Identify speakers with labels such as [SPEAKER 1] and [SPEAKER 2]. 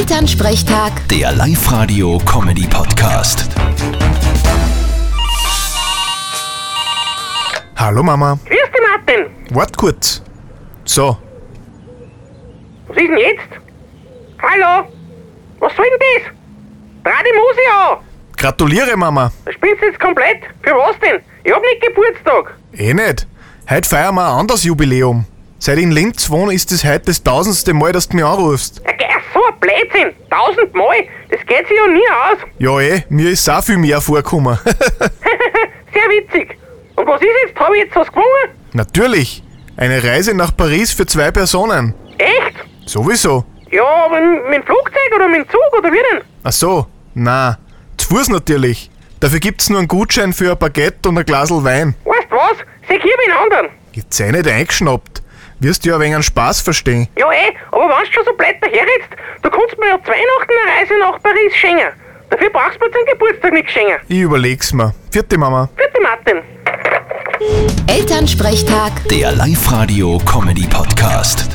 [SPEAKER 1] Elternsprechtag,
[SPEAKER 2] Der Live-Radio-Comedy-Podcast.
[SPEAKER 3] Hallo Mama,
[SPEAKER 4] Grüß dich, Martin.
[SPEAKER 3] wart kurz. So,
[SPEAKER 4] Was ist denn jetzt? Hallo? Was soll denn das? Dreh die Musi an.
[SPEAKER 3] gratuliere Mama.
[SPEAKER 4] Da spinnst du jetzt komplett. Für was denn? Ich hab nicht Geburtstag.
[SPEAKER 3] Eh nicht. Heute feiern wir ein anderes Jubiläum. Seit ich in Linz wohne, ist es heute das tausendste Mal, dass du mich anrufst.
[SPEAKER 4] Ja, geh, so ein Blödsinn. Tausendmal. Das geht sich ja nie aus.
[SPEAKER 3] Ja eh, mir ist auch viel mehr vorgekommen.
[SPEAKER 4] Sehr witzig. Und was ist jetzt? Habe ich jetzt was gewonnen?
[SPEAKER 3] Natürlich, eine Reise nach Paris für zwei Personen.
[SPEAKER 4] Echt?
[SPEAKER 3] Sowieso.
[SPEAKER 4] Ja, aber mit mit dem Flugzeug oder mit dem Zug oder wie denn?
[SPEAKER 3] Ach so, na, zu Fuß natürlich. Dafür gibt's nur einen Gutschein für ein Baguette und ein Glasl Wein.
[SPEAKER 4] Weißt was? Sag hier den anderen.
[SPEAKER 3] Jetzt sei nicht eingeschnappt. Wirst du ja wegen einen Spaß verstehen.
[SPEAKER 4] Ja, eh, aber wenn du schon so blöd daherritzt, du kannst mir ja zu Weihnachten eine Reise nach Paris schenken. Dafür brauchst du mir zum Geburtstag nichts schenken.
[SPEAKER 3] Ich überleg's mir. Vierte Mama.
[SPEAKER 4] Bitte, Martin.
[SPEAKER 1] Elternsprechtag.
[SPEAKER 2] Der Live-Radio-Comedy-Podcast.